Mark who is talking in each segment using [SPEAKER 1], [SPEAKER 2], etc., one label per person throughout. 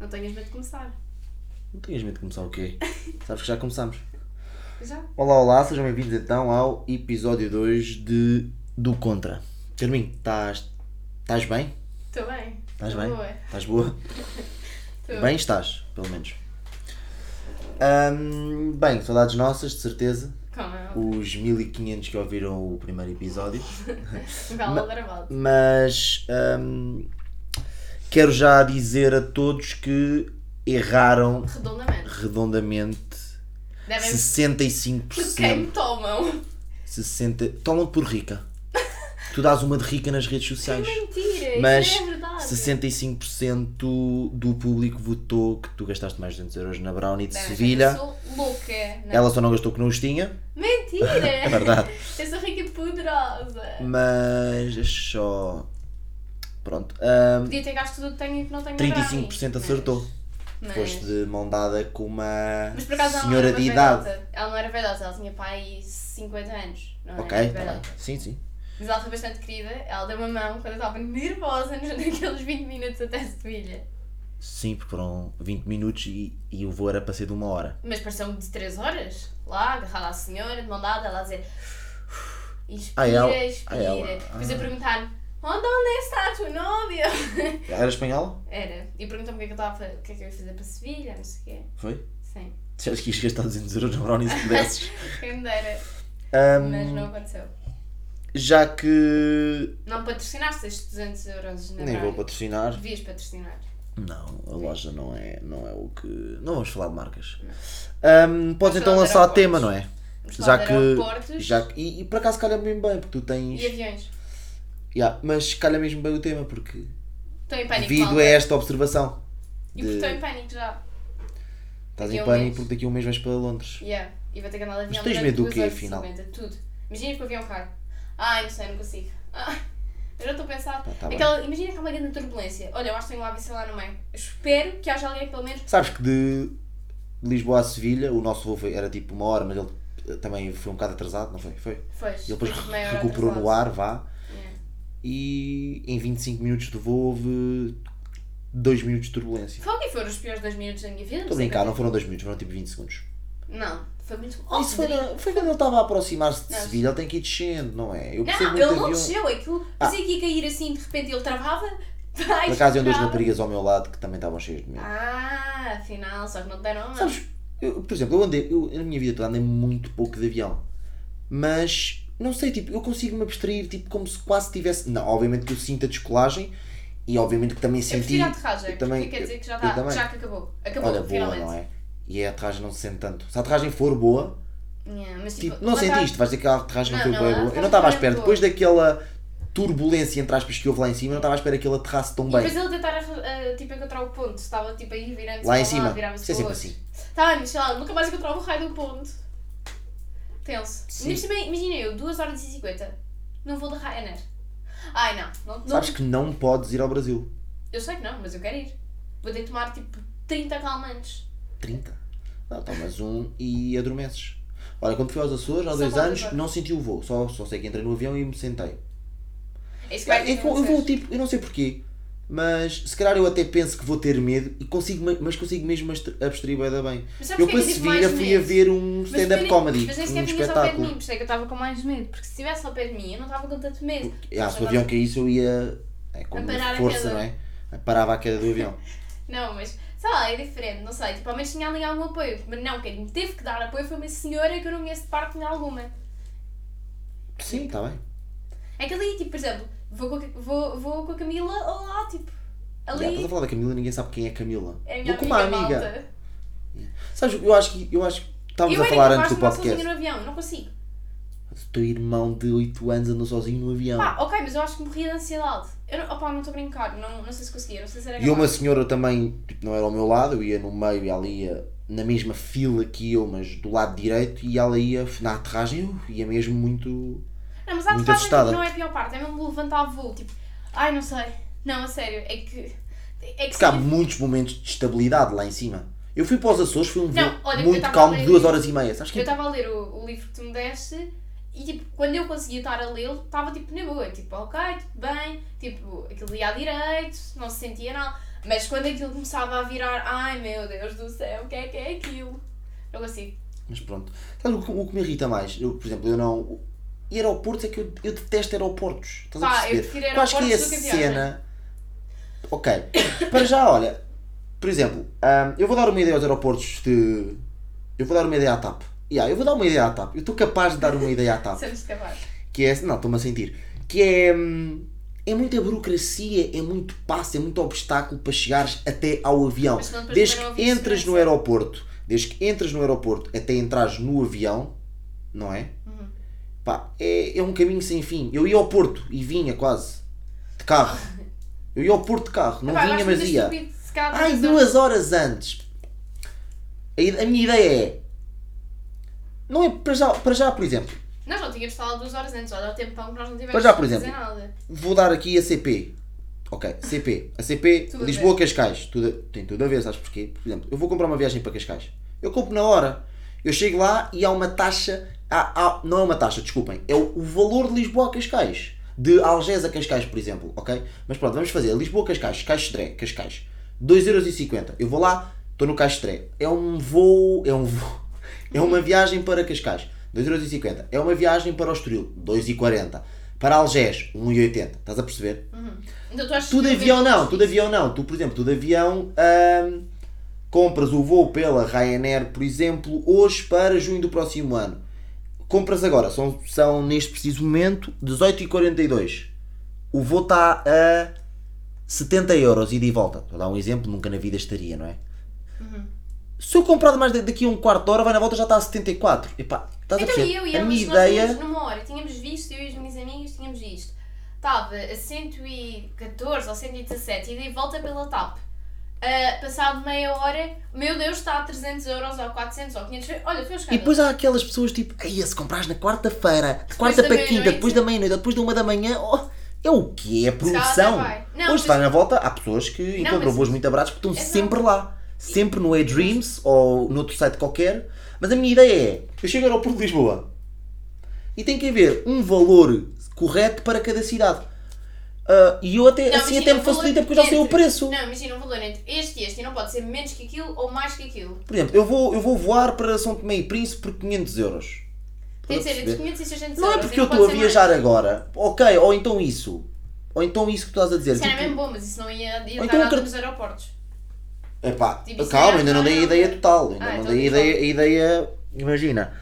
[SPEAKER 1] Não tenhas medo de começar.
[SPEAKER 2] Não tenhas medo de começar o quê? Sabes que já começámos.
[SPEAKER 1] Já?
[SPEAKER 2] Olá, olá, sejam bem-vindos então ao episódio 2 de Do Contra. Carminho, estás estás bem?
[SPEAKER 1] Estou bem.
[SPEAKER 2] Estás
[SPEAKER 1] Tô
[SPEAKER 2] bem?
[SPEAKER 1] Boa.
[SPEAKER 2] Estás boa?
[SPEAKER 1] Tô.
[SPEAKER 2] Bem estás, pelo menos. Ahm, bem, saudades nossas, de certeza.
[SPEAKER 1] Calma.
[SPEAKER 2] Os 1500 que ouviram o primeiro episódio.
[SPEAKER 1] Um galo aldrabado.
[SPEAKER 2] mas hum, quero já dizer a todos que erraram
[SPEAKER 1] Redondamente.
[SPEAKER 2] redondamente
[SPEAKER 1] Devem por
[SPEAKER 2] 65%.
[SPEAKER 1] quem é tomam.
[SPEAKER 2] 60... Tomam por rica. Tu dás uma de rica nas redes sociais.
[SPEAKER 1] É Mentira,
[SPEAKER 2] Mas
[SPEAKER 1] isso não é verdade.
[SPEAKER 2] 65% do público votou que tu gastaste mais de 200 euros na Brownie de
[SPEAKER 1] Devem ver que Eu
[SPEAKER 2] Sevilha.
[SPEAKER 1] sou louca. Não. é?
[SPEAKER 2] Ela só não gastou que não os tinha, é
[SPEAKER 1] Mentira!
[SPEAKER 2] verdade.
[SPEAKER 1] eu sou rica e poderosa.
[SPEAKER 2] Mas é só. Pronto. hum,
[SPEAKER 1] Podia ter gasto tudo o que tenho e que não tenho agora.
[SPEAKER 2] 35% acertou.
[SPEAKER 1] Mas-
[SPEAKER 2] Foste de mão dada com uma
[SPEAKER 1] Mas por acaso ela
[SPEAKER 2] senhora
[SPEAKER 1] não era
[SPEAKER 2] de
[SPEAKER 1] velhota.
[SPEAKER 2] idade.
[SPEAKER 1] Ela não era velhota, ela tinha pai 50 anos. Não é? era
[SPEAKER 2] Ok, tá
[SPEAKER 1] velhota.
[SPEAKER 2] bem. Sim, sim.
[SPEAKER 1] Mas ela foi bastante querida, ela deu uma mão quando eu estava nervosa nos- naqueles 20 minutos até Sevilha.
[SPEAKER 2] Sim, porque foram 20 minutos e, e o voo era para ser de uma hora.
[SPEAKER 1] Mas pareceu-me de 3 horas, lá, agarrada à senhora, de mão dada, ela a dizer. Inspira,
[SPEAKER 2] Ah, ela-
[SPEAKER 1] expira.
[SPEAKER 2] ah, ela-
[SPEAKER 1] Depois eu
[SPEAKER 2] ah.
[SPEAKER 1] perguntar-lhe: onde, onde é está a tua nóvia?
[SPEAKER 2] Era espanhola?
[SPEAKER 1] Era. E perguntou-me o que é que eu estava a fa- o que é que eu ia fazer para Sevilha, não sei o quê.
[SPEAKER 2] Foi?
[SPEAKER 1] Sim,
[SPEAKER 2] Disseste que ias gastar 200 euros na brownie se pudesses.
[SPEAKER 1] quem me dera.
[SPEAKER 2] Ahm,
[SPEAKER 1] Mas não aconteceu.
[SPEAKER 2] já que.
[SPEAKER 1] Não patrocinaste estes 200 euros na
[SPEAKER 2] Nem vou
[SPEAKER 1] Brownie.
[SPEAKER 2] patrocinar.
[SPEAKER 1] Devias patrocinar.
[SPEAKER 2] Não, a loja não é, não é o que. Não vamos falar de marcas. Ahm, podes
[SPEAKER 1] Vamos falar
[SPEAKER 2] então
[SPEAKER 1] de
[SPEAKER 2] lançar
[SPEAKER 1] aeroportos.
[SPEAKER 2] tema, não é?
[SPEAKER 1] Vamos falar
[SPEAKER 2] Já
[SPEAKER 1] de
[SPEAKER 2] que,
[SPEAKER 1] aeroportos
[SPEAKER 2] já que. E, e por acaso calha bem bem, porque tu tens.
[SPEAKER 1] E aviões.
[SPEAKER 2] Yeah, mas calha mesmo bem o tema, porque.
[SPEAKER 1] Estou em pânico.
[SPEAKER 2] Devido a
[SPEAKER 1] malta.
[SPEAKER 2] esta observação.
[SPEAKER 1] E porque
[SPEAKER 2] de-
[SPEAKER 1] estou em pânico já.
[SPEAKER 2] Estás
[SPEAKER 1] Daqui a
[SPEAKER 2] em
[SPEAKER 1] um
[SPEAKER 2] pânico
[SPEAKER 1] mês.
[SPEAKER 2] porque daqui a um mês vais para Londres.
[SPEAKER 1] Yeah. E vou ter que andar de avião.
[SPEAKER 2] tens
[SPEAKER 1] durante
[SPEAKER 2] medo do
[SPEAKER 1] duas
[SPEAKER 2] quê,
[SPEAKER 1] horas e
[SPEAKER 2] afinal?
[SPEAKER 1] 50, Tudo. Imagina que o avião cai. Ai, não sei, não consigo. Ah, eu já estou a pensar.
[SPEAKER 2] Pá, tá bem.
[SPEAKER 1] aquela, imagina aquela grande turbulência. Olha, eu acho que tenho um ave, sei lá no meio. Espero que haja alguém, pelo menos.
[SPEAKER 2] Sabes que de Lisboa a Sevilha, o nosso voo foi- era tipo uma hora, mas ele eh, também foi um bocado atrasado, não foi? Foi. Ele
[SPEAKER 1] Foi.
[SPEAKER 2] depois
[SPEAKER 1] foi meia hora
[SPEAKER 2] recuperou no
[SPEAKER 1] atrasado.
[SPEAKER 2] ar, vá.
[SPEAKER 1] Yeah.
[SPEAKER 2] E em 25 minutos de voo houve 2 minutos de turbulência.
[SPEAKER 1] Foi o que foram os piores dois minutos da minha vida?
[SPEAKER 2] Estou a
[SPEAKER 1] sei
[SPEAKER 2] brincar, não
[SPEAKER 1] bem.
[SPEAKER 2] foram 2 minutos, foram tipo 20 segundos.
[SPEAKER 1] Não, foi muito.
[SPEAKER 2] Ah, Isso foi, na- foi quando ele estava a aproximar-se de
[SPEAKER 1] Não.
[SPEAKER 2] Sevilha, ele tem que ir descendo, não é? Eu
[SPEAKER 1] Não,
[SPEAKER 2] percebo
[SPEAKER 1] ele
[SPEAKER 2] muito
[SPEAKER 1] não
[SPEAKER 2] avião. Ah.
[SPEAKER 1] desceu, aquilo. Parecia que ia cair assim, de repente ele travava. Ai,
[SPEAKER 2] Por acaso iam duas
[SPEAKER 1] trava.
[SPEAKER 2] raparigas ao meu lado que também estavam cheias de medo.
[SPEAKER 1] é Ah, afinal, só que não te deram a mão.
[SPEAKER 2] Sabes, eu, por exemplo, eu andei, eu, na minha vida toda andei muito pouco de avião, mas não sei, tipo, eu consigo me abstrair, tipo, como se quase tivesse. Não, obviamente que eu sinto a descolagem e obviamente que também
[SPEAKER 1] Eu
[SPEAKER 2] senti.
[SPEAKER 1] prefiro a aterragem,
[SPEAKER 2] eu também-
[SPEAKER 1] É porque quer dizer que já,
[SPEAKER 2] eu
[SPEAKER 1] tá,
[SPEAKER 2] também.
[SPEAKER 1] já que acabou. Acabou,
[SPEAKER 2] Olha, boa,
[SPEAKER 1] finalmente.
[SPEAKER 2] não é? E a aterragem não se sente tanto. Se a aterragem for boa,
[SPEAKER 1] Yeah, mas, tipo,
[SPEAKER 2] tipo, não
[SPEAKER 1] lá tá-
[SPEAKER 2] sentiste, vais dizer que a aterragem não
[SPEAKER 1] Não,
[SPEAKER 2] foi
[SPEAKER 1] não,
[SPEAKER 2] boa.
[SPEAKER 1] a
[SPEAKER 2] boa. Eu não
[SPEAKER 1] aterragem
[SPEAKER 2] estava à
[SPEAKER 1] foi
[SPEAKER 2] espera,
[SPEAKER 1] boa.
[SPEAKER 2] depois daquela turbulência, entre aspas, que houve lá em cima, eu não estava à espera que ele aterrasse tão
[SPEAKER 1] E
[SPEAKER 2] bem.
[SPEAKER 1] depois ele tentar ah, tipo, encontrar o ponto, estava tipo aí virando-se
[SPEAKER 2] Lá
[SPEAKER 1] para
[SPEAKER 2] em cima,
[SPEAKER 1] virava-se
[SPEAKER 2] isso é
[SPEAKER 1] para o
[SPEAKER 2] sempre
[SPEAKER 1] outro.
[SPEAKER 2] assim.
[SPEAKER 1] Tá bem, mas sei lá, nunca mais encontrava o raio do ponto. Tenso.
[SPEAKER 2] Sim.
[SPEAKER 1] Mas também, imagina eu, 2 horas e 50. Não vou de Ryanair. Ai não, não, não-
[SPEAKER 2] Sabes que não podes ir ao Brasil.
[SPEAKER 1] Eu sei que não, mas eu quero ir. Vou ter que tomar tipo 30 calmantes.
[SPEAKER 2] 30? Não, tomas um e adormeces. Olha, quando fui aos Açores, há
[SPEAKER 1] Só
[SPEAKER 2] dois
[SPEAKER 1] vou
[SPEAKER 2] anos,
[SPEAKER 1] levar.
[SPEAKER 2] não senti o voo. Só, só sei que entrei no avião e me sentei.
[SPEAKER 1] É isso que vai
[SPEAKER 2] Eu, vou- eu vou, tipo, eu não sei porquê, mas se calhar eu até penso que vou ter medo, e consigo, me- mas consigo mesmo abstra- abstrair bué da bem.
[SPEAKER 1] Mas sabes
[SPEAKER 2] Eu
[SPEAKER 1] porquê
[SPEAKER 2] para
[SPEAKER 1] que eu tive mais
[SPEAKER 2] Sevilha fui a
[SPEAKER 1] medo?
[SPEAKER 2] ver um
[SPEAKER 1] Mas
[SPEAKER 2] stand-up
[SPEAKER 1] nem-
[SPEAKER 2] comedy,
[SPEAKER 1] Mas nem
[SPEAKER 2] um
[SPEAKER 1] sequer vinhas ao pé de mim,
[SPEAKER 2] espetáculo.
[SPEAKER 1] por isso é que eu estava com mais medo. Porque se estivesse ao pé de mim, eu não estava com tanto medo.
[SPEAKER 2] Ah,
[SPEAKER 1] Mas
[SPEAKER 2] se o
[SPEAKER 1] agora-
[SPEAKER 2] avião caísse eu ia é, com
[SPEAKER 1] A parar a
[SPEAKER 2] força,
[SPEAKER 1] queda.
[SPEAKER 2] não é? Parava a queda do avião.
[SPEAKER 1] Não, mas sei lá, é diferente, não sei. Tipo, ao menos tinha ali algum apoio. Mas não, quem me teve que dar apoio foi uma senhora que eu não conheço de parte nem alguma.
[SPEAKER 2] Sim, está bem.
[SPEAKER 1] É que ali, tipo, por exemplo, vou com, a- vou, vou com a Camila ou lá, tipo. Ali
[SPEAKER 2] Já, estás a falar da Camila, ninguém sabe quem é Camila.
[SPEAKER 1] é a minha
[SPEAKER 2] Vou com
[SPEAKER 1] amiga,
[SPEAKER 2] uma amiga.
[SPEAKER 1] malta.
[SPEAKER 2] Sabes, eu acho que, eu acho que estávamos
[SPEAKER 1] Eu
[SPEAKER 2] a
[SPEAKER 1] era
[SPEAKER 2] falar
[SPEAKER 1] capaz
[SPEAKER 2] antes
[SPEAKER 1] de
[SPEAKER 2] do
[SPEAKER 1] andar
[SPEAKER 2] podcast.
[SPEAKER 1] sozinha no avião, não consigo.
[SPEAKER 2] O teu irmão de 8 anos andou sozinho no avião.
[SPEAKER 1] Pá, ok, mas eu acho que morria de ansiedade. Eu não, opa, não estou a brincar, não, não sei se conseguia, não sei se era
[SPEAKER 2] e uma
[SPEAKER 1] capaz.
[SPEAKER 2] senhora também, tipo, não era ao meu lado, eu ia no meio e ela ia na mesma fila que eu, mas do lado direito, e ela ia na aterragem, eu ia mesmo muito.
[SPEAKER 1] Não, mas há
[SPEAKER 2] muito
[SPEAKER 1] de facto
[SPEAKER 2] assustada.
[SPEAKER 1] tipo, não é a pior parte, é mesmo levantar voo, tipo, ai não sei, não, a sério, é que. É que
[SPEAKER 2] Porque há
[SPEAKER 1] sim,
[SPEAKER 2] muitos momentos de estabilidade lá em cima. Eu fui para os Açores, foi um voo
[SPEAKER 1] Não, olha, eu
[SPEAKER 2] muito
[SPEAKER 1] tava
[SPEAKER 2] calmo
[SPEAKER 1] a
[SPEAKER 2] de
[SPEAKER 1] ler-
[SPEAKER 2] 2 horas e meia. Sabes
[SPEAKER 1] Eu
[SPEAKER 2] que é
[SPEAKER 1] estava a ler o, o livro que tu me deste e tipo, quando eu conseguia estar a lê-lo, estava tipo na boa, tipo, ok, tudo bem, tipo, aquilo ia à direito, não se sentia nada. Mas quando aquilo começava a virar, ai meu Deus do céu, o que é que é aquilo? Eu assim,
[SPEAKER 2] Mas pronto. Sabe o que, o que me irrita mais? Eu, por exemplo, eu não. E aeroportos é que eu, eu detesto aeroportos. Estás
[SPEAKER 1] Pá,
[SPEAKER 2] a
[SPEAKER 1] eu
[SPEAKER 2] perceber?
[SPEAKER 1] prefiro
[SPEAKER 2] Eu, acho que é a
[SPEAKER 1] aeroportos do que aviões.
[SPEAKER 2] cena. Ok. Para já, olha. Por exemplo, hum, eu vou dar uma ideia aos aeroportos de. Eu vou dar uma ideia à TAP. Yeah, eu vou dar uma ideia à TAP. Eu estou capaz de dar uma ideia à TAP
[SPEAKER 1] somos capazes.
[SPEAKER 2] que é. Não, estou-me a sentir. Que é. hum, É muita burocracia, é muito passo, é muito obstáculo para chegares até ao avião.
[SPEAKER 1] Mas senão depois
[SPEAKER 2] Desde
[SPEAKER 1] também não
[SPEAKER 2] que
[SPEAKER 1] havia
[SPEAKER 2] entres no
[SPEAKER 1] segurança.
[SPEAKER 2] aeroporto, desde que entres no aeroporto até entrares no avião, não é?
[SPEAKER 1] Uhum.
[SPEAKER 2] Pá, é, é um caminho sem fim. Eu ia ao Porto e vinha quase. De carro. Eu ia ao Porto de carro, não
[SPEAKER 1] Epá, eu
[SPEAKER 2] vinha,
[SPEAKER 1] acho
[SPEAKER 2] mas
[SPEAKER 1] muito
[SPEAKER 2] ia.
[SPEAKER 1] estúpido se calhar
[SPEAKER 2] Ai,
[SPEAKER 1] fazer-
[SPEAKER 2] duas horas antes. A, ide- a minha ideia é. Não é para já, para já, por exemplo.
[SPEAKER 1] Nós não tínhamos falado duas horas antes, olha o tempo para que nós não tivemos
[SPEAKER 2] Mas já, por
[SPEAKER 1] a
[SPEAKER 2] exemplo,
[SPEAKER 1] dizer nada.
[SPEAKER 2] Vou dar aqui a CP. Ok, CP. A CP
[SPEAKER 1] Tudo a
[SPEAKER 2] Lisboa-Cascais. Tudo, tem tudo a ver, sabes porquê? Por exemplo, eu vou comprar uma viagem para Cascais. Eu compro na hora. Eu chego lá e há uma taxa. há- há- não é uma taxa, desculpem. É o, o valor de Lisboa a Cascais. De Algés a Cascais, por exemplo. Ok? Mas pronto, vamos fazer. Lisboa-Cascais, Caixetré, Cascais. 2,50€. Eu vou lá, estou no Caixetré. É um voo. É um voo. É uma
[SPEAKER 1] Uhum.
[SPEAKER 2] viagem para Cascais, 2,50€. É uma viagem para o Estoril, 2,40€. Para Algés, 1,80€. Estás a perceber?
[SPEAKER 1] Então tu achas
[SPEAKER 2] Tu de
[SPEAKER 1] que
[SPEAKER 2] avião
[SPEAKER 1] devemos-
[SPEAKER 2] não, tu de avião não. Tu, por exemplo, tu de avião ahm, compras o voo pela Ryanair, por exemplo, hoje para junho do próximo ano. Compras agora, são, são neste preciso momento 18,42. O voo está a 70 euros ida e volta. Estou a dar um exemplo, nunca na vida estaria, não é?
[SPEAKER 1] Uhum.
[SPEAKER 2] Se eu comprar de mais da- daqui a um quarto de hora, vai na volta já está a 74. Epá, estás a
[SPEAKER 1] Então
[SPEAKER 2] perceber?
[SPEAKER 1] eu e
[SPEAKER 2] tipo, a
[SPEAKER 1] ela,
[SPEAKER 2] minha
[SPEAKER 1] isto nós
[SPEAKER 2] ideia.
[SPEAKER 1] tínhamos numa hora, tínhamos visto, eu e as minhas amigas tínhamos visto. Estava a 114 ou 117 e dei volta pela TAP. Ah, passado meia hora, meu Deus, está a 300 euros ou 400 ou 500 euros. Olha, foi um
[SPEAKER 2] E
[SPEAKER 1] escândalo.
[SPEAKER 2] depois há aquelas pessoas tipo, aí se comprares na quarta-feira, de quarta
[SPEAKER 1] da
[SPEAKER 2] para quinta,
[SPEAKER 1] meia-noite.
[SPEAKER 2] depois da meia-noite, depois da uma da manhã, oh, é o que? É a
[SPEAKER 1] calhar
[SPEAKER 2] promoção.
[SPEAKER 1] até vai. Não,
[SPEAKER 2] Hoje
[SPEAKER 1] mas-
[SPEAKER 2] está na volta, há pessoas que encontram
[SPEAKER 1] mas-
[SPEAKER 2] voos muito baratos porque estão
[SPEAKER 1] Exato.
[SPEAKER 2] sempre lá. Sempre no A-Dreams ou noutro site qualquer. Mas a minha ideia é, eu chego ao aeroporto de Lisboa e tem que haver um valor correto para cada cidade. Ah, e eu até,
[SPEAKER 1] Não,
[SPEAKER 2] assim
[SPEAKER 1] imagina,
[SPEAKER 2] até me
[SPEAKER 1] o valor
[SPEAKER 2] facilita porque eu já sei o
[SPEAKER 1] entre-
[SPEAKER 2] preço.
[SPEAKER 1] Não, imagina um valor entre este e este e não pode ser menos que aquilo ou mais que aquilo.
[SPEAKER 2] Por exemplo, eu vou, eu vou voar para São Tomé e Príncipe por 500 euros.
[SPEAKER 1] Tem de
[SPEAKER 2] Estás a
[SPEAKER 1] ser entre
[SPEAKER 2] perceber?
[SPEAKER 1] 500 e 600
[SPEAKER 2] Não é
[SPEAKER 1] euros.
[SPEAKER 2] porque
[SPEAKER 1] e
[SPEAKER 2] eu
[SPEAKER 1] pode
[SPEAKER 2] estou a
[SPEAKER 1] ser
[SPEAKER 2] viajar
[SPEAKER 1] mais.
[SPEAKER 2] agora. Ok, ou então isso. Ou então isso que tu estás a dizer.
[SPEAKER 1] Isso era
[SPEAKER 2] tipo,
[SPEAKER 1] mesmo bom, mas isso não ia, ia dar
[SPEAKER 2] Ou então um
[SPEAKER 1] nada
[SPEAKER 2] cart-
[SPEAKER 1] nos aeroportos.
[SPEAKER 2] epá,
[SPEAKER 1] Tipo, isso
[SPEAKER 2] calma,
[SPEAKER 1] era-
[SPEAKER 2] ainda não dei a
[SPEAKER 1] ah,
[SPEAKER 2] ideia total. Ainda
[SPEAKER 1] ah,
[SPEAKER 2] não
[SPEAKER 1] então
[SPEAKER 2] dei a
[SPEAKER 1] então.
[SPEAKER 2] ideia, a ideia. Imagina.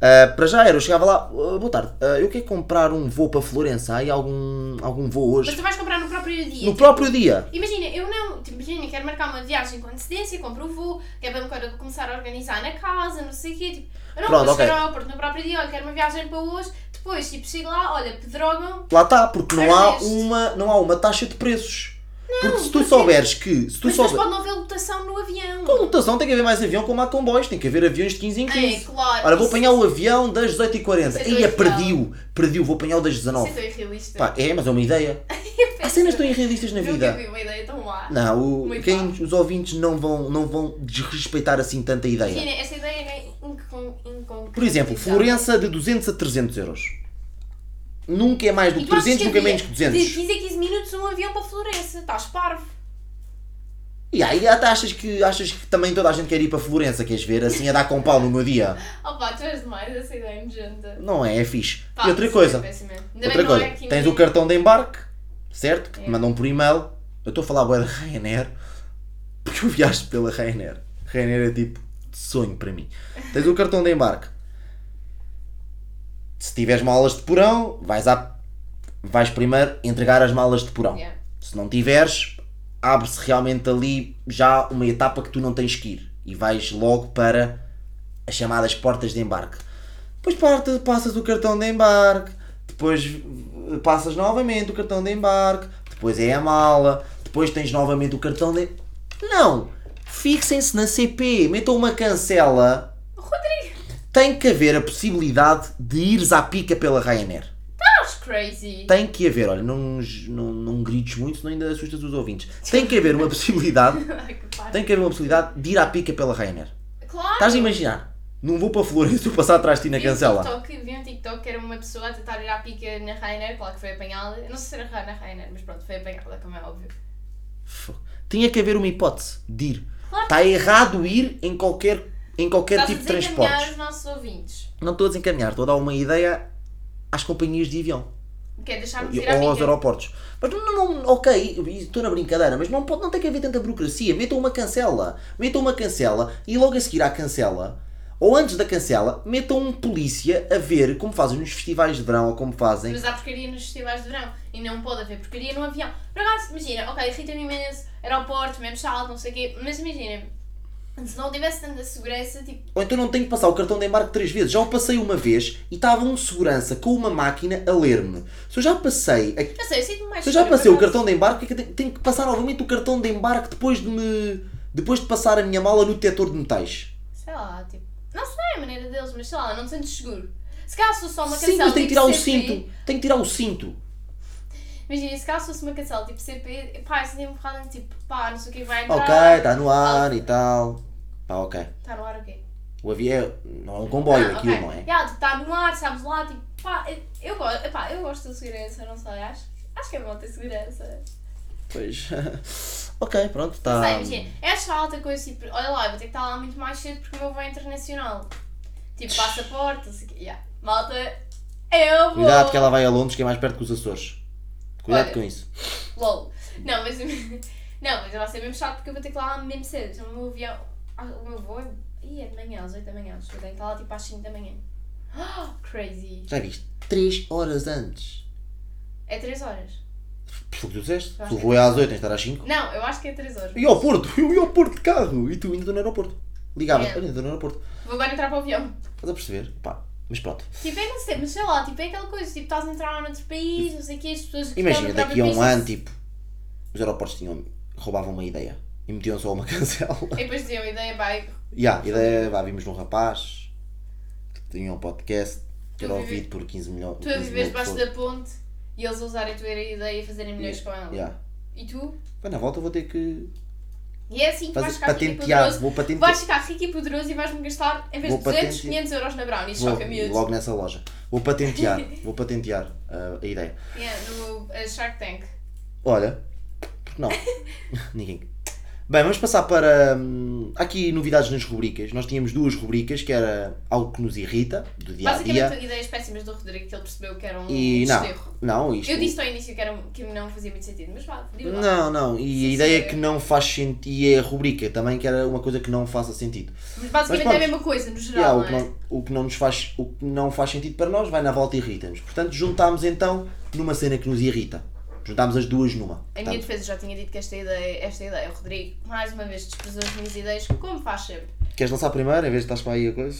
[SPEAKER 2] Ah, para já era, eu chegava lá. "Ah, boa tarde, ah, eu quero comprar um voo para Florença. Há aí algum, algum voo
[SPEAKER 1] Mas
[SPEAKER 2] hoje?
[SPEAKER 1] tu vais comprar no próprio dia. tipo,
[SPEAKER 2] No próprio dia.
[SPEAKER 1] Imagina, eu não, tipo, imagina, quero marcar uma viagem com antecedência, compro o voo, que é para me quando começar a organizar na casa, não sei o quê, tipo, eu não
[SPEAKER 2] Pronto,
[SPEAKER 1] vou chegar
[SPEAKER 2] ok.
[SPEAKER 1] ao aeroporto no próprio dia, olha, quero uma viagem para hoje, depois, tipo, chego lá, olha, pedrogam,
[SPEAKER 2] Lá está, porque não
[SPEAKER 1] Era
[SPEAKER 2] há,
[SPEAKER 1] neste.
[SPEAKER 2] uma, não há uma taxa de preços. porque se tu
[SPEAKER 1] porque-
[SPEAKER 2] souberes que. Se tu
[SPEAKER 1] é mas depois
[SPEAKER 2] souberes.
[SPEAKER 1] pode não haver lotação no avião.
[SPEAKER 2] Com lotação tem que haver mais avião como há comboios, tem que haver aviões de 15 em 15.
[SPEAKER 1] É, claro.
[SPEAKER 2] Ora, vou apanhar o
[SPEAKER 1] Isso-
[SPEAKER 2] avião das
[SPEAKER 1] Isso
[SPEAKER 2] 18h40.
[SPEAKER 1] é
[SPEAKER 2] Eia,
[SPEAKER 1] doido,
[SPEAKER 2] perdiu. Perdiu, vou apanhar o das
[SPEAKER 1] Isso é
[SPEAKER 2] 19
[SPEAKER 1] tão irrealista.
[SPEAKER 2] Pá, é, mas é uma ideia. Há cenas tão irrealistas na
[SPEAKER 1] Nunca
[SPEAKER 2] vida.
[SPEAKER 1] vi uma ideia tão má.
[SPEAKER 2] Não, o-
[SPEAKER 1] Muito
[SPEAKER 2] quem,
[SPEAKER 1] mal.
[SPEAKER 2] os ouvintes não vão, não vão desrespeitar assim tanta ideia.
[SPEAKER 1] Imagina, essa ideia é incon- inconcretizável.
[SPEAKER 2] Por exemplo, Florença de 200 a 300 euros. Nunca é mais do
[SPEAKER 1] E
[SPEAKER 2] que
[SPEAKER 1] tu achas
[SPEAKER 2] 300, nunca é
[SPEAKER 1] havia
[SPEAKER 2] menos que
[SPEAKER 1] De
[SPEAKER 2] 200.
[SPEAKER 1] 15 a 15 minutos um avião para Florença, estás parvo.
[SPEAKER 2] E aí até achas que, achas que também toda a gente quer ir para Florença, queres ver? Assim a dar com pau no meu dia.
[SPEAKER 1] Opa, tu és demais, essa ideia é nojenta.
[SPEAKER 2] Não é, é fixe.
[SPEAKER 1] Pá,
[SPEAKER 2] E outra
[SPEAKER 1] isso é
[SPEAKER 2] coisa,
[SPEAKER 1] péssimo. Ainda bem
[SPEAKER 2] Outra
[SPEAKER 1] que não
[SPEAKER 2] coisa,
[SPEAKER 1] é aqui
[SPEAKER 2] tens
[SPEAKER 1] no-
[SPEAKER 2] o cartão de embarque, certo? Que te
[SPEAKER 1] É.
[SPEAKER 2] mandam por e-mail. Eu estou a falar boa da Ryanair, porque eu viajo pela Ryanair. Ryanair é tipo sonho para mim. Tens o cartão de embarque. Se tiveres malas de porão, vais, à... vais primeiro entregar as malas de porão.
[SPEAKER 1] Yeah.
[SPEAKER 2] Se não tiveres, abre-se realmente ali já uma etapa que tu não tens que ir e vais logo para as chamadas portas de embarque. Depois parte- passas o cartão de embarque, depois eh, passas novamente o cartão de embarque, depois é a mala, depois tens novamente o cartão de. Não! Fixem-se na CP, metam uma cancela.
[SPEAKER 1] Rodrigo,
[SPEAKER 2] Tem que haver a possibilidade de ires à pica pela Ryanair.
[SPEAKER 1] estás é crazy.
[SPEAKER 2] Tem que haver, olha, não, não, não grites muito, senão ainda assustas os ouvintes. Tem que haver uma possibilidade,
[SPEAKER 1] Ai, que pá.
[SPEAKER 2] tem que haver uma possibilidade de ir à pica pela Rainer.
[SPEAKER 1] Claro.
[SPEAKER 2] Estás a imaginar? Não vou para Florença, vou passar atrás de ti na
[SPEAKER 1] Vi um
[SPEAKER 2] cancela.
[SPEAKER 1] TikTok, vi um TikTok que era uma pessoa a tentar ir à pica é na Rainer, claro que foi apanhada. Eu não sei se era na Rainer, mas pronto, foi apanhada, como é óbvio.
[SPEAKER 2] Fo- Tinha que haver uma hipótese de ir.
[SPEAKER 1] Claro.
[SPEAKER 2] Está errado ir em qualquer, em qualquer
[SPEAKER 1] Estás a
[SPEAKER 2] tipo de
[SPEAKER 1] desencaminhar
[SPEAKER 2] transportes.
[SPEAKER 1] os nossos ouvintes.
[SPEAKER 2] Não estou a desencaminhar, estou a dar uma ideia às companhias de avião
[SPEAKER 1] Quer deixar-nos ir à
[SPEAKER 2] ou aos
[SPEAKER 1] minha?
[SPEAKER 2] aeroportos. Mas não, não, não- ok, estou na brincadeira, mas não, pode, não tem que haver tanta burocracia. Metam uma cancela, metam uma cancela e logo a seguir à cancela, ou antes da cancela, metam um polícia a ver como fazem nos festivais de verão ou como fazem.
[SPEAKER 1] Mas há porcaria nos festivais de verão e não pode haver porcaria no avião. Por acaso, imagina, ok, irrita-me imenso, aeroporto, mesmo salto, não sei o quê, mas imagina, se não tivesse tanta segurança, tipo,
[SPEAKER 2] Ou então não tenho que passar o cartão de embarque três vezes. Já o passei uma vez e estava um segurança com uma máquina a ler-me. Se eu já passei. a-
[SPEAKER 1] não sei, eu sinto mais
[SPEAKER 2] Se eu já
[SPEAKER 1] segura,
[SPEAKER 2] passei o
[SPEAKER 1] por acaso.
[SPEAKER 2] cartão de embarque, é que eu tenho- tenho que passar novamente o cartão de embarque depois de me. depois de passar a minha mala no detetor de metais.
[SPEAKER 1] Sei lá, tipo, não sei a maneira deles, mas sei lá, não te sentes seguro. Se caso fosse só uma
[SPEAKER 2] Sim,
[SPEAKER 1] cancela,
[SPEAKER 2] mas tem que
[SPEAKER 1] tipo
[SPEAKER 2] tirar o
[SPEAKER 1] CP,
[SPEAKER 2] cinto. Tem que tirar o cinto.
[SPEAKER 1] Imagina, se caso fosse uma cancela tipo CP, pá, eu sentia-me um bocado tipo, pá, não sei o que vai entrar.
[SPEAKER 2] Ok, tá. está no ar e tal. Pá, ok.
[SPEAKER 1] Está no ar o quê?
[SPEAKER 2] O avião não é um comboio
[SPEAKER 1] Ah,
[SPEAKER 2] aquilo, não é?
[SPEAKER 1] está tipo, tá no ar, sabes lá, tipo, pá, eu, eu, go- epá, eu gosto de segurança, não sei, acho, acho que é bom ter segurança.
[SPEAKER 2] Pois. ok, pronto, tá.
[SPEAKER 1] Não
[SPEAKER 2] está.
[SPEAKER 1] sei, imagina, é achar alta coisa, tipo, olha lá, eu vou ter que estar lá muito mais cedo porque o meu voo é internacional. Tipo, passaporte, não sei o quê, yeah. malta, eu vou.
[SPEAKER 2] Cuidado que ela vai a Londres, que é mais perto que os Açores. Cuidado
[SPEAKER 1] Oh. Olha.
[SPEAKER 2] com isso.
[SPEAKER 1] LOL. Não, mas. Não, mas vai ser mesmo chato porque eu vou ter que ir lá mesmo cedo. Então o meu avião. ah, O meu voo é. Ih, é de manhã, às 8 da manhã. Eu tenho que estar lá tipo às 5 da manhã. Ah, crazy!
[SPEAKER 2] Já viste? 3 horas antes.
[SPEAKER 1] É 3 horas.
[SPEAKER 2] Foi o que tu disseste.
[SPEAKER 1] Eu
[SPEAKER 2] Se
[SPEAKER 1] acho
[SPEAKER 2] o
[SPEAKER 1] que
[SPEAKER 2] voo é às 8, tens de estar às 5.
[SPEAKER 1] Não, eu acho que é 3 horas.
[SPEAKER 2] E ao Porto, eu ia ao Porto de carro. E tu ainda estou no aeroporto. Ligava,
[SPEAKER 1] É.
[SPEAKER 2] olha, ainda estou no aeroporto.
[SPEAKER 1] Vou agora entrar para o avião.
[SPEAKER 2] Estás a perceber? Pá, mas pronto.
[SPEAKER 1] Tipo, eu não sei, mas sei lá, tipo, é aquela coisa, tipo, estás a entrar noutro país, não sei o quê, as pessoas que
[SPEAKER 2] Imagina,
[SPEAKER 1] estão na
[SPEAKER 2] daqui a um
[SPEAKER 1] própria
[SPEAKER 2] ano,
[SPEAKER 1] pista-
[SPEAKER 2] tipo, os aeroportos tinham, roubavam uma ideia e metiam só uma cancela.
[SPEAKER 1] E depois diziam, ideia, vai.
[SPEAKER 2] E há, a ideia, é, vá, vimos num rapaz que tinha um podcast que era
[SPEAKER 1] Tu vive-
[SPEAKER 2] ouvido por 15 milhões.
[SPEAKER 1] Tu a viveres debaixo da ponte e eles a usarem a tua ideia e fazerem milhões com ela.
[SPEAKER 2] Yeah.
[SPEAKER 1] E tu?
[SPEAKER 2] Bem, na volta vou ter que
[SPEAKER 1] E é assim que vais
[SPEAKER 2] fazer,
[SPEAKER 1] ficar rico e
[SPEAKER 2] patentear.
[SPEAKER 1] poderoso.
[SPEAKER 2] Vou patentear.
[SPEAKER 1] Vais ficar rico e poderoso e vais-me gastar, em vez
[SPEAKER 2] Vou
[SPEAKER 1] de 200,
[SPEAKER 2] patentear.
[SPEAKER 1] 500 euros na Brownie.
[SPEAKER 2] Vou,
[SPEAKER 1] Choca miúdos.
[SPEAKER 2] logo nessa loja. Vou patentear. vou patentear ah, a ideia.
[SPEAKER 1] Yeah, no uh, Shark Tank.
[SPEAKER 2] Olha, porque não? Ninguém. Bem, vamos passar para. hum, há aqui novidades nas rubricas. Nós tínhamos duas rubricas que era algo que nos irrita, do dia a
[SPEAKER 1] Basicamente,
[SPEAKER 2] dia.
[SPEAKER 1] ideias péssimas do Rodrigo que ele percebeu que era um
[SPEAKER 2] E não,
[SPEAKER 1] desterro.
[SPEAKER 2] não, isto.
[SPEAKER 1] Eu disse ao início que, era, um- que não fazia muito sentido, mas vá, digo lá.
[SPEAKER 2] Não, não, e a
[SPEAKER 1] Sim,
[SPEAKER 2] ideia
[SPEAKER 1] sim.
[SPEAKER 2] que não faz sentido, e é a rubrica também, que era uma coisa que não faça sentido.
[SPEAKER 1] Mas
[SPEAKER 2] Mas
[SPEAKER 1] basicamente
[SPEAKER 2] pronto.
[SPEAKER 1] é a mesma coisa, no
[SPEAKER 2] E há
[SPEAKER 1] geral,
[SPEAKER 2] o, que
[SPEAKER 1] não é?
[SPEAKER 2] não, o, que não nos faz, o que não faz sentido para nós vai na volta e irrita-nos. Portanto, juntámos então numa cena que nos irrita. Juntámos as duas numa.
[SPEAKER 1] Em minha
[SPEAKER 2] Portanto,
[SPEAKER 1] defesa, já tinha dito que esta ideia, esta ideia, o Rodrigo, mais uma vez, desprezou as minhas ideias, como faz sempre.
[SPEAKER 2] queres lançar primeiro, em vez de estás para aí a coisa?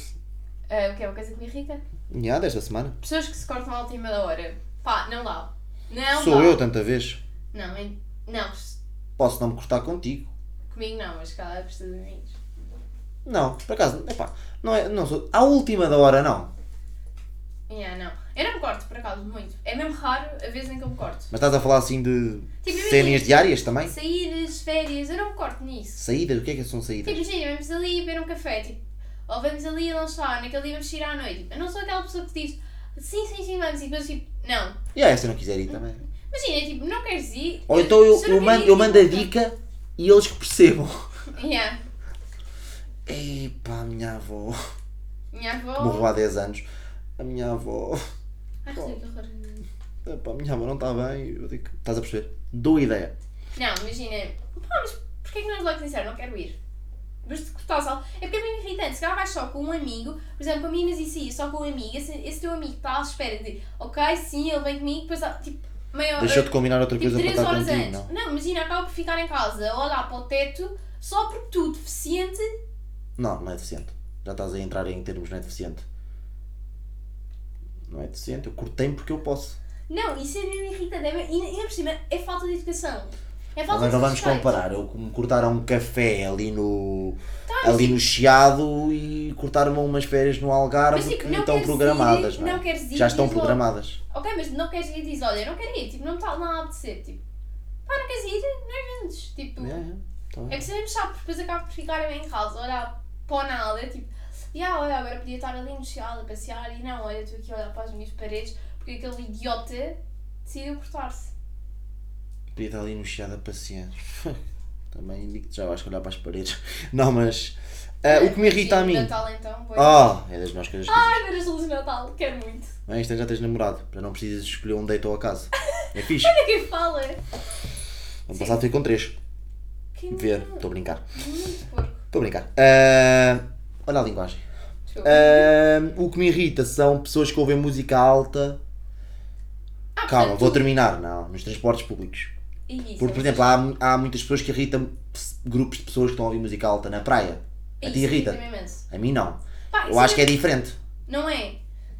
[SPEAKER 1] Ah, o que é uma coisa que me irrita?
[SPEAKER 2] Nhá, desta semana.
[SPEAKER 1] Pessoas que se cortam à última da hora. Pá, não dá. Não
[SPEAKER 2] Sou
[SPEAKER 1] dá.
[SPEAKER 2] eu tá? tanta vez.
[SPEAKER 1] Não, em- não,
[SPEAKER 2] Posso não me cortar contigo.
[SPEAKER 1] comigo não, mas calhar custa de amigos.
[SPEAKER 2] Não, por acaso, epá, não é, não sou. À última da hora, não.
[SPEAKER 1] Yeah, não. Eu não me corto, por acaso, muito. É mesmo raro a vez em que eu me corto.
[SPEAKER 2] Mas estás a falar assim de
[SPEAKER 1] Tipo,
[SPEAKER 2] cenas
[SPEAKER 1] imagina.
[SPEAKER 2] diárias também?
[SPEAKER 1] Saídas, férias, eu não me corto nisso.
[SPEAKER 2] Saídas, o que é que são saídas?
[SPEAKER 1] Tipo, imagina, vamos ali beber um café, tipo, ou vamos ali lanchar, naquele dia vamos sair à noite. Tipo, eu não sou aquela pessoa que diz sim, sim, sim, vamos, e depois tipo, não.
[SPEAKER 2] E yeah, se eu não quiser ir também.
[SPEAKER 1] Imagina, tipo, não queres ir.
[SPEAKER 2] Ou então eu,
[SPEAKER 1] se
[SPEAKER 2] eu,
[SPEAKER 1] não
[SPEAKER 2] mando,
[SPEAKER 1] queres ir,
[SPEAKER 2] eu mando a
[SPEAKER 1] tipo,
[SPEAKER 2] dica e eles que percebam.
[SPEAKER 1] Yeah.
[SPEAKER 2] Epá, a minha avó.
[SPEAKER 1] Minha
[SPEAKER 2] que Morreu
[SPEAKER 1] avó.
[SPEAKER 2] há 10 anos. A minha avó.
[SPEAKER 1] Ai, que horror.
[SPEAKER 2] Epá, a minha avó não está bem. Eu digo, estás a perceber? Dou ideia.
[SPEAKER 1] Não, imagina. Pá, mas porquê é que não és logo sincero? Não quero ir. Mas de cortar sal. É porque é bem irritante. Se calhar vais só com um amigo, por exemplo, com meninas e si, só com um amigo, esse, esse teu amigo está à espera de, ok, sim, ele vem comigo, depois há, tipo, meia hora.
[SPEAKER 2] Deixou-te combinar outra
[SPEAKER 1] tipo,
[SPEAKER 2] coisa para
[SPEAKER 1] três
[SPEAKER 2] estar
[SPEAKER 1] horas
[SPEAKER 2] contigo,
[SPEAKER 1] antes.
[SPEAKER 2] não?
[SPEAKER 1] imagina, acaba por ficar em casa, a olhar para o teto, só porque tu, deficiente,
[SPEAKER 2] Não, não é deficiente. Já estás a entrar em termos não é deficiente. Não é deficiente. Eu cortei porque eu posso.
[SPEAKER 1] não, isso é mesmo irritante. É, mesmo- e ainda por cima, é falta de educação. É falta
[SPEAKER 2] Mas
[SPEAKER 1] de
[SPEAKER 2] não vamos
[SPEAKER 1] respeito.
[SPEAKER 2] comparar. Eu me cortaram um café ali no.
[SPEAKER 1] Tá,
[SPEAKER 2] ali no Chiado e cortaram umas férias no Algarve
[SPEAKER 1] Mas, tipo,
[SPEAKER 2] que
[SPEAKER 1] não
[SPEAKER 2] estão
[SPEAKER 1] queres
[SPEAKER 2] programadas,
[SPEAKER 1] ir,
[SPEAKER 2] não é?
[SPEAKER 1] não queres ir,
[SPEAKER 2] Já estão
[SPEAKER 1] diz logo.
[SPEAKER 2] programadas.
[SPEAKER 1] Ok, mas não queres ir e dizes, olha, eu não quero ir, tipo, não me está não há de ser, tipo, pá, não queres ir, não vendes, tipo,
[SPEAKER 2] É, é. Tá
[SPEAKER 1] é
[SPEAKER 2] bem.
[SPEAKER 1] que se mesmo chato, porque depois acabo por ficar em casa, a olhar para o nada, tipo, e ah, olha, agora podia estar ali no chiado a passear e não, olha, estou aqui a olhar para as minhas paredes, porque aquele idiota decidiu cortar-se.
[SPEAKER 2] Podia estar ali no chiado a passear. Também digo-te já, vais olhar para as paredes. Não, mas. ah, o que me irrita a
[SPEAKER 1] Sim,
[SPEAKER 2] mim.
[SPEAKER 1] Natal então. Boa.
[SPEAKER 2] Ah, é das melhores coisas que
[SPEAKER 1] Ai, ver as luzes de Natal, quero muito.
[SPEAKER 2] Bem, isto é, já tens namorado, para não precisas escolher um date ou a casa. É fixe.
[SPEAKER 1] Olha quem fala.
[SPEAKER 2] Ano passado fui com três.
[SPEAKER 1] Quem
[SPEAKER 2] Ver, estou a brincar.
[SPEAKER 1] Muito porco.
[SPEAKER 2] Estou a brincar. Ah, olha a linguagem.
[SPEAKER 1] Desculpa.
[SPEAKER 2] Ah, o que me irrita são pessoas que ouvem música alta.
[SPEAKER 1] Ah,
[SPEAKER 2] Calma,
[SPEAKER 1] portanto,
[SPEAKER 2] vou terminar. Não, nos transportes públicos.
[SPEAKER 1] Ih, isso
[SPEAKER 2] Porque, por
[SPEAKER 1] é-
[SPEAKER 2] exemplo, há, há muitas pessoas que irritam ps- grupos de pessoas que estão a ouvir música alta na praia. A ti
[SPEAKER 1] isso irrita-me
[SPEAKER 2] irrita?
[SPEAKER 1] imenso.
[SPEAKER 2] A mim não.
[SPEAKER 1] Pá,
[SPEAKER 2] Eu
[SPEAKER 1] isso
[SPEAKER 2] acho que é diferente.
[SPEAKER 1] Não é?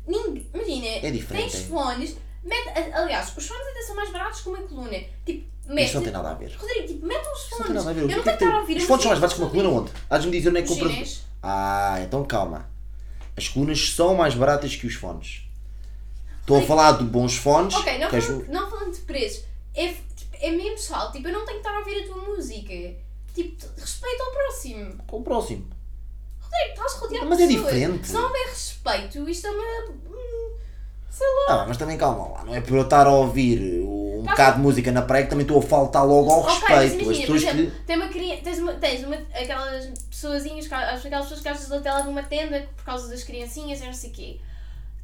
[SPEAKER 1] Ninguém, imagina,
[SPEAKER 2] É diferente,
[SPEAKER 1] tens
[SPEAKER 2] é.
[SPEAKER 1] fones, mete, a- aliás, os fones até são mais baratos que uma coluna. Tipo, mete.
[SPEAKER 2] Isto não tem nada a ver. Isto
[SPEAKER 1] Rodrigo, tipo, mete uns
[SPEAKER 2] não tem
[SPEAKER 1] fones.
[SPEAKER 2] nada a ver.
[SPEAKER 1] Eu
[SPEAKER 2] O que
[SPEAKER 1] não
[SPEAKER 2] é
[SPEAKER 1] tenho que
[SPEAKER 2] tem-
[SPEAKER 1] estar a ouvir. um assim.
[SPEAKER 2] Os
[SPEAKER 1] eu
[SPEAKER 2] fones são
[SPEAKER 1] sei
[SPEAKER 2] mais baratos que uma coluna onde? Hás-me dizer onde é que
[SPEAKER 1] Os
[SPEAKER 2] compras.
[SPEAKER 1] chinês.
[SPEAKER 2] Ah, então calma. As colunas são mais baratas que os fones. Estou a falar de bons fones.
[SPEAKER 1] Ok, não, é
[SPEAKER 2] que um- as-
[SPEAKER 1] falando, não falando de preços, é, f- tipo, é mesmo sal. Tipo, eu não tenho que estar a ouvir a tua música. Tipo, t- respeita ao próximo.
[SPEAKER 2] Com o próximo.
[SPEAKER 1] Rodrigo, estás rodeado de
[SPEAKER 2] Mas é
[SPEAKER 1] pessoas.
[SPEAKER 2] diferente.
[SPEAKER 1] Se não houver respeito, isto é uma. hum,
[SPEAKER 2] Ah, mas também calma lá. Não é por eu estar a ouvir um
[SPEAKER 1] Tá
[SPEAKER 2] bocado de música na praia que também estou a faltar logo ao
[SPEAKER 1] Ok, mas
[SPEAKER 2] respeito. As
[SPEAKER 1] imagina, por
[SPEAKER 2] pessoas
[SPEAKER 1] exemplo,
[SPEAKER 2] que.
[SPEAKER 1] tem uma criança, tens, uma, tens uma, aquelas pessoazinhas, que- aquelas pessoas que às vezes televam uma tenda por causa das criancinhas e não sei o quê.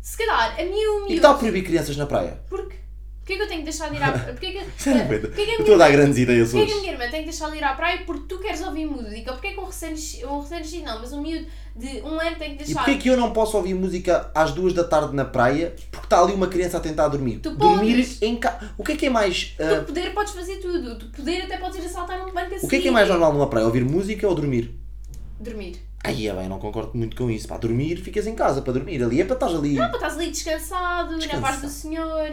[SPEAKER 1] Se calhar, a mim o
[SPEAKER 2] E que
[SPEAKER 1] miúdo,
[SPEAKER 2] tal proibir crianças na praia?
[SPEAKER 1] porque, porque é que eu tenho que deixar de ir à Porquê que,
[SPEAKER 2] Sério,
[SPEAKER 1] porquê que a
[SPEAKER 2] é eu
[SPEAKER 1] minha
[SPEAKER 2] estou a dar grandes ideias
[SPEAKER 1] Porquê que a
[SPEAKER 2] hoje.
[SPEAKER 1] minha irmã tem que deixar de ir à praia porque tu queres ouvir música? Porquê que um recém-nascido, um recém-nascido não, mas um miúdo de um ano tem que
[SPEAKER 2] E
[SPEAKER 1] deixar...
[SPEAKER 2] porquê que eu não posso ouvir música às duas da tarde na praia porque está ali uma criança a tentar dormir?
[SPEAKER 1] Tu
[SPEAKER 2] dormir
[SPEAKER 1] podes.
[SPEAKER 2] em casa. O que é que é mais. ah,
[SPEAKER 1] Tu poder podes fazer tudo. Tu poder até podes ir assaltar um banco assim.
[SPEAKER 2] o que é que é mais normal numa praia? Ouvir música ou dormir?
[SPEAKER 1] Dormir.
[SPEAKER 2] Aí é bem, não concordo muito com isso. Para dormir, ficas em casa. Para dormir, ali é para estás ali.
[SPEAKER 1] Pá, Estás ali descansado,
[SPEAKER 2] Descansado.
[SPEAKER 1] na parte do senhor.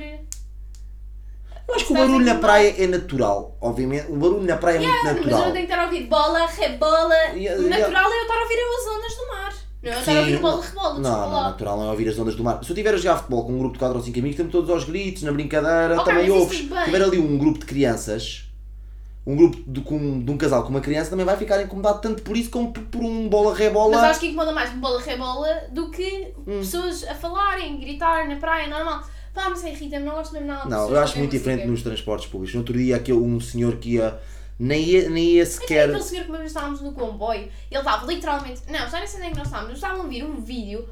[SPEAKER 2] Eu acho que o
[SPEAKER 1] Estás
[SPEAKER 2] barulho na
[SPEAKER 1] animado.
[SPEAKER 2] praia é natural. Obviamente, o barulho na praia é muito
[SPEAKER 1] Mas eu
[SPEAKER 2] natural.
[SPEAKER 1] não tenho que estar a ouvir bola, rebola. o
[SPEAKER 2] Yeah, yeah.
[SPEAKER 1] natural é eu estar a ouvir as ondas do mar. Não é eu estar a
[SPEAKER 2] Sim,
[SPEAKER 1] ouvir bola,
[SPEAKER 2] não-
[SPEAKER 1] rebola,
[SPEAKER 2] Não,
[SPEAKER 1] desculpa
[SPEAKER 2] não,
[SPEAKER 1] lá.
[SPEAKER 2] natural não é ouvir as ondas do mar. Se eu tiver a jogar futebol com um grupo de 4 ou 5 amigos, estamos todos aos gritos, na brincadeira,
[SPEAKER 1] Ok, mas
[SPEAKER 2] também
[SPEAKER 1] isso
[SPEAKER 2] ouves.
[SPEAKER 1] tudo bem.
[SPEAKER 2] Se tiver ali um grupo de crianças, um grupo de, com- de um casal com uma criança, também vai ficar incomodado tanto por isso como por, por um bola-rebola.
[SPEAKER 1] Mas acho que incomoda mais um bola, rebola do que
[SPEAKER 2] Hum.
[SPEAKER 1] pessoas a falarem, gritar na praia, normal. Pá, mas irrita-me, não gosto mesmo nada de
[SPEAKER 2] Não,
[SPEAKER 1] pessoas
[SPEAKER 2] eu acho
[SPEAKER 1] que
[SPEAKER 2] muito
[SPEAKER 1] ouvem
[SPEAKER 2] diferente
[SPEAKER 1] música.
[SPEAKER 2] nos transportes públicos. No outro dia, aquele, um senhor que ia. Nem ia, nem ia
[SPEAKER 1] Quer...
[SPEAKER 2] sequer.
[SPEAKER 1] Aquele senhor é que uma vez estávamos no comboio, ele estava literalmente. Não, já nem sei onde é que nós estávamos, nós estávamos a ouvir um vídeo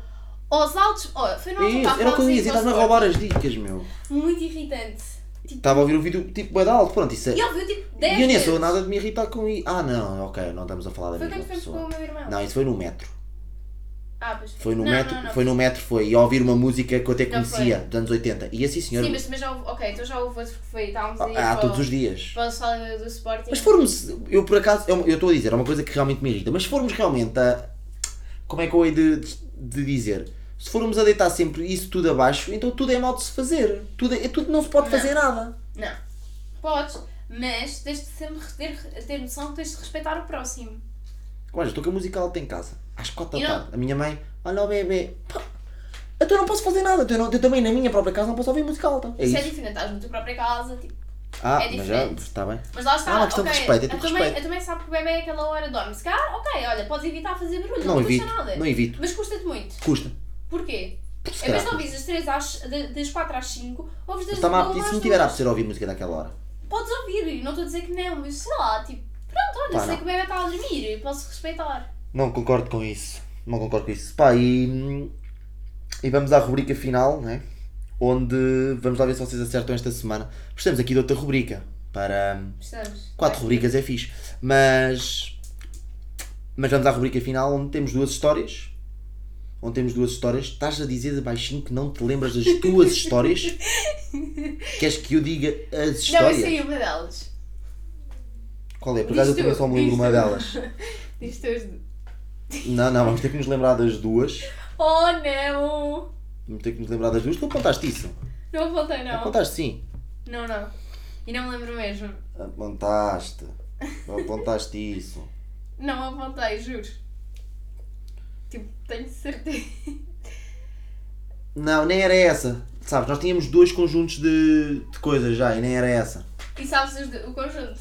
[SPEAKER 1] aos altos. Oh, foi no
[SPEAKER 2] É isso,
[SPEAKER 1] autocarro,
[SPEAKER 2] era o que eu
[SPEAKER 1] estávamos
[SPEAKER 2] ia dizer, estás-me a
[SPEAKER 1] ir para o
[SPEAKER 2] roubar as dicas, meu.
[SPEAKER 1] Sporting. Muito irritante.
[SPEAKER 2] Estava a ouvir o vídeo tipo bué de alto, pronto, isso é.
[SPEAKER 1] E ele viu tipo 10
[SPEAKER 2] E eu nem
[SPEAKER 1] vezes.
[SPEAKER 2] sou nada de me irritar com isso. Ah não, ok, não estamos a falar da
[SPEAKER 1] Foi
[SPEAKER 2] mesma
[SPEAKER 1] quando fomos com o
[SPEAKER 2] pessoa.
[SPEAKER 1] meu irmão.
[SPEAKER 2] Não, isso foi no metro.
[SPEAKER 1] Ah, pois
[SPEAKER 2] Foi no
[SPEAKER 1] Não,
[SPEAKER 2] metro,
[SPEAKER 1] não, não.
[SPEAKER 2] foi no metro, foi. E a ouvir uma música que eu até
[SPEAKER 1] Não
[SPEAKER 2] conhecia, dos anos 80. E assim, senhor, ah,
[SPEAKER 1] Sim, mas também já houve. Ok, então já houve outro que foi. Estávamos aí
[SPEAKER 2] há
[SPEAKER 1] para,
[SPEAKER 2] todos os dias.
[SPEAKER 1] para a sala do Sporting.
[SPEAKER 2] Mas formos, eu por acaso, é uma- eu estou a dizer, é uma coisa que realmente me irrita, mas se formos realmente a. Como é que eu hei de, de dizer? Se formos a deitar sempre isso tudo abaixo, então tudo é mal de se fazer. Tudo, é, tudo não se pode
[SPEAKER 1] Não.
[SPEAKER 2] fazer nada.
[SPEAKER 1] Não. Podes, mas tens de sempre ter, ter noção que tens de respeitar o próximo.
[SPEAKER 2] Olha, estou com a música alta em casa, às quatro da
[SPEAKER 1] E não-
[SPEAKER 2] tarde. A minha mãe, olha o bebê. Pá, então não posso fazer nada. Eu, não- eu também na minha própria casa não posso ouvir música alta. É
[SPEAKER 1] isso,
[SPEAKER 2] isso.
[SPEAKER 1] é diferente, estás na tua própria casa, tipo.
[SPEAKER 2] ah,
[SPEAKER 1] é
[SPEAKER 2] mas já,
[SPEAKER 1] diferente.
[SPEAKER 2] está bem.
[SPEAKER 1] Mas lá está,
[SPEAKER 2] Ah, uma questão de
[SPEAKER 1] ok,
[SPEAKER 2] respeito, é tipo
[SPEAKER 1] eu, também,
[SPEAKER 2] respeito.
[SPEAKER 1] eu também sabe que o bebê é aquela hora dorme. Se calhar, ok, olha, podes evitar fazer barulho, não,
[SPEAKER 2] Não
[SPEAKER 1] custa
[SPEAKER 2] evito,
[SPEAKER 1] nada.
[SPEAKER 2] não evito.
[SPEAKER 1] Mas custa-te muito.
[SPEAKER 2] Custa.
[SPEAKER 1] Porquê?
[SPEAKER 2] Porque se
[SPEAKER 1] Em vez de
[SPEAKER 2] calhar-
[SPEAKER 1] ouvires das 3 às, de- das 4 às 5, ouves das
[SPEAKER 2] Mas está-me a
[SPEAKER 1] uma
[SPEAKER 2] apetecer, se
[SPEAKER 1] às
[SPEAKER 2] não tiver a
[SPEAKER 1] duas.
[SPEAKER 2] apetecer ouvir música daquela hora.
[SPEAKER 1] Podes ouvir, não estou a dizer que não, mas sei lá, tipo, pronto, olha,
[SPEAKER 2] Pá,
[SPEAKER 1] sei
[SPEAKER 2] não.
[SPEAKER 1] que o bebê está a dormir, posso respeitar.
[SPEAKER 2] Não concordo com isso. Não concordo com isso. Pá, e, e vamos à rubrica final, né? Onde vamos lá ver se vocês acertam esta semana. Precisamos aqui de outra rubrica. Para.
[SPEAKER 1] Estamos.
[SPEAKER 2] Quatro rubricas é fixe. Mas. Mas vamos à rubrica final onde temos duas histórias. Onde temos duas histórias. Estás a dizer de baixinho que não te lembras das tuas histórias? Queres que eu diga as
[SPEAKER 1] Não, assim, eu
[SPEAKER 2] histórias?
[SPEAKER 1] sei é uma delas.
[SPEAKER 2] Qual é? Por acaso eu
[SPEAKER 1] Diz
[SPEAKER 2] também
[SPEAKER 1] tu,
[SPEAKER 2] só me lembro
[SPEAKER 1] diz
[SPEAKER 2] uma
[SPEAKER 1] tu.
[SPEAKER 2] delas.
[SPEAKER 1] Diz-te hoje.
[SPEAKER 2] Não, não, vamos ter que nos lembrar das duas.
[SPEAKER 1] Oh não!
[SPEAKER 2] Vamos ter que nos lembrar das duas. Tu apontaste isso?
[SPEAKER 1] Não apontei, não.
[SPEAKER 2] Apontaste sim.
[SPEAKER 1] Não, não. E não me lembro mesmo.
[SPEAKER 2] Apontaste. Apontaste isso.
[SPEAKER 1] Não apontei, juro. Tipo, tenho certeza.
[SPEAKER 2] Não, nem era essa. Sabes, nós tínhamos dois conjuntos de, de coisas já e nem era essa.
[SPEAKER 1] E sabes os do- o conjunto?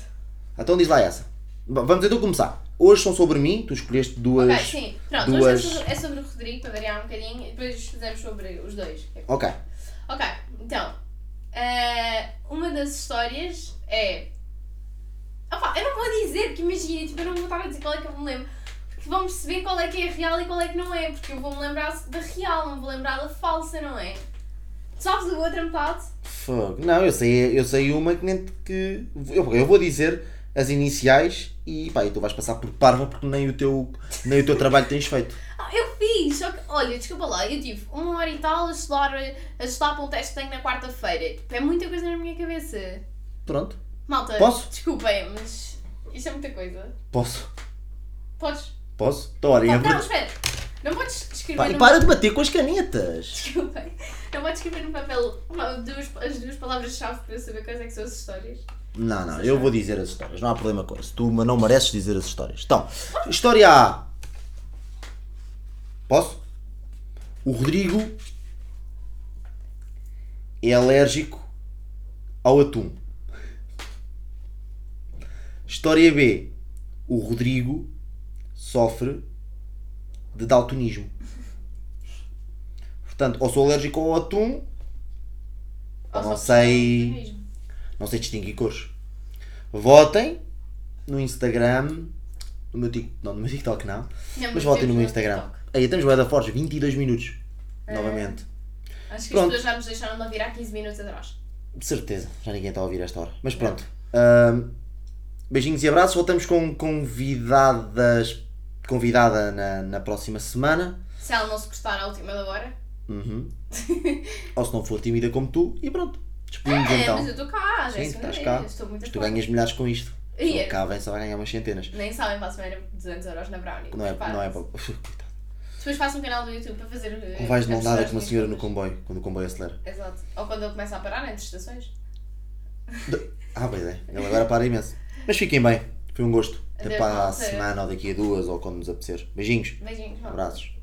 [SPEAKER 2] Então diz lá essa. Bom, Vamos então começar. Hoje são sobre mim, tu escolheste duas.
[SPEAKER 1] ok, sim. Pronto, hoje é
[SPEAKER 2] duas-
[SPEAKER 1] sobre, é sobre o Rodrigo, para variar um bocadinho, e depois fizemos sobre os dois.
[SPEAKER 2] Ok.
[SPEAKER 1] Ok, então. eh, uma das histórias é. Opá, é, eu não vou dizer que imagina, tipo, eu não vou estar a dizer qual é que eu me lembro. Porque vão perceber qual é que é real e qual é que não é. Porque eu vou-me lembrar da real, não me vou lembrar da falsa, não é? Tu sabes o outro metade?
[SPEAKER 2] Fogo. Não, eu sei, eu sei uma que nem que. Eu, eu vou dizer as iniciais e pá, e tu vais passar por parva porque nem o teu, nem o teu trabalho tens feito.
[SPEAKER 1] Ah, eu fiz, só que, olha, desculpa lá, eu tive uma hora e tal a estudar, a estudar para um teste que tenho na quarta-feira. Tipo, É muita coisa na minha cabeça.
[SPEAKER 2] Pronto.
[SPEAKER 1] Malta,
[SPEAKER 2] Posso?
[SPEAKER 1] desculpem, mas isto é muita coisa.
[SPEAKER 2] Posso.
[SPEAKER 1] Podes.
[SPEAKER 2] Posso? Então, olha, eu
[SPEAKER 1] Pode- não,
[SPEAKER 2] vou...
[SPEAKER 1] espera. Não podes escrever
[SPEAKER 2] pá, e
[SPEAKER 1] tá, no
[SPEAKER 2] para de bater com as canetas.
[SPEAKER 1] Desculpem. Não podes escrever no papel uma- duas- as duas palavras-chave para eu saber quais é que são as histórias.
[SPEAKER 2] Não, não, eu vou dizer as histórias, não há problema com isso. Tu não mereces dizer as histórias. Então, história A. Posso? O Rodrigo é alérgico ao atum. História B. O Rodrigo sofre de daltonismo. Portanto, ou sou alérgico ao atum, ou não
[SPEAKER 1] Ou só-
[SPEAKER 2] sei
[SPEAKER 1] mesmo.
[SPEAKER 2] não sei distinguir cores. Votem no Instagram, no meu TikTok, não, no meu TikTok não,
[SPEAKER 1] Não,
[SPEAKER 2] mas votem no
[SPEAKER 1] temos
[SPEAKER 2] meu Instagram.
[SPEAKER 1] TikTok. É.
[SPEAKER 2] Aí estamos da Forge, 22 minutos, novamente.
[SPEAKER 1] Acho que
[SPEAKER 2] Pronto.
[SPEAKER 1] as pessoas já nos deixaram de ouvir há 15 minutos atrás.
[SPEAKER 2] De certeza, já ninguém está a ouvir esta hora.
[SPEAKER 1] É.
[SPEAKER 2] Mas pronto, ahm, beijinhos e abraços, voltamos com convidadas, convidada na, na próxima semana.
[SPEAKER 1] Se ela não se gostar à última da hora.
[SPEAKER 2] Uhum. Ou se não for tímida como tu, e pronto,
[SPEAKER 1] é,
[SPEAKER 2] despedimos
[SPEAKER 1] mas eu
[SPEAKER 2] então.
[SPEAKER 1] estou cá, já é
[SPEAKER 2] Sim,
[SPEAKER 1] segunda
[SPEAKER 2] estás
[SPEAKER 1] vez.
[SPEAKER 2] cá.
[SPEAKER 1] Estou muito
[SPEAKER 2] Mas tu
[SPEAKER 1] aflita.
[SPEAKER 2] ganhas um milhares com isto.
[SPEAKER 1] E eu?
[SPEAKER 2] Cá vem só vai ganhar umas centenas.
[SPEAKER 1] Nem sabem, para a semana 200 euros na Brownie.
[SPEAKER 2] Não é, não é
[SPEAKER 1] Preparem-se.
[SPEAKER 2] para. Coitado.
[SPEAKER 1] Depois faço um canal do YouTube para fazer. eh,
[SPEAKER 2] Não vais de mão
[SPEAKER 1] as
[SPEAKER 2] dada
[SPEAKER 1] pessoas
[SPEAKER 2] com uma
[SPEAKER 1] que
[SPEAKER 2] senhora no
[SPEAKER 1] encontras.
[SPEAKER 2] comboio, quando o comboio é acelera.
[SPEAKER 1] Exato. Ou quando ele começa a parar entre estações.
[SPEAKER 2] Ah, pois é, ele agora para imenso. Mas fiquem bem, foi um gosto. Até
[SPEAKER 1] Adeus,
[SPEAKER 2] para a
[SPEAKER 1] malta.
[SPEAKER 2] semana ou daqui a duas ou quando nos apetecer. Beijinhos,
[SPEAKER 1] Beijinhos, malta.
[SPEAKER 2] abraços.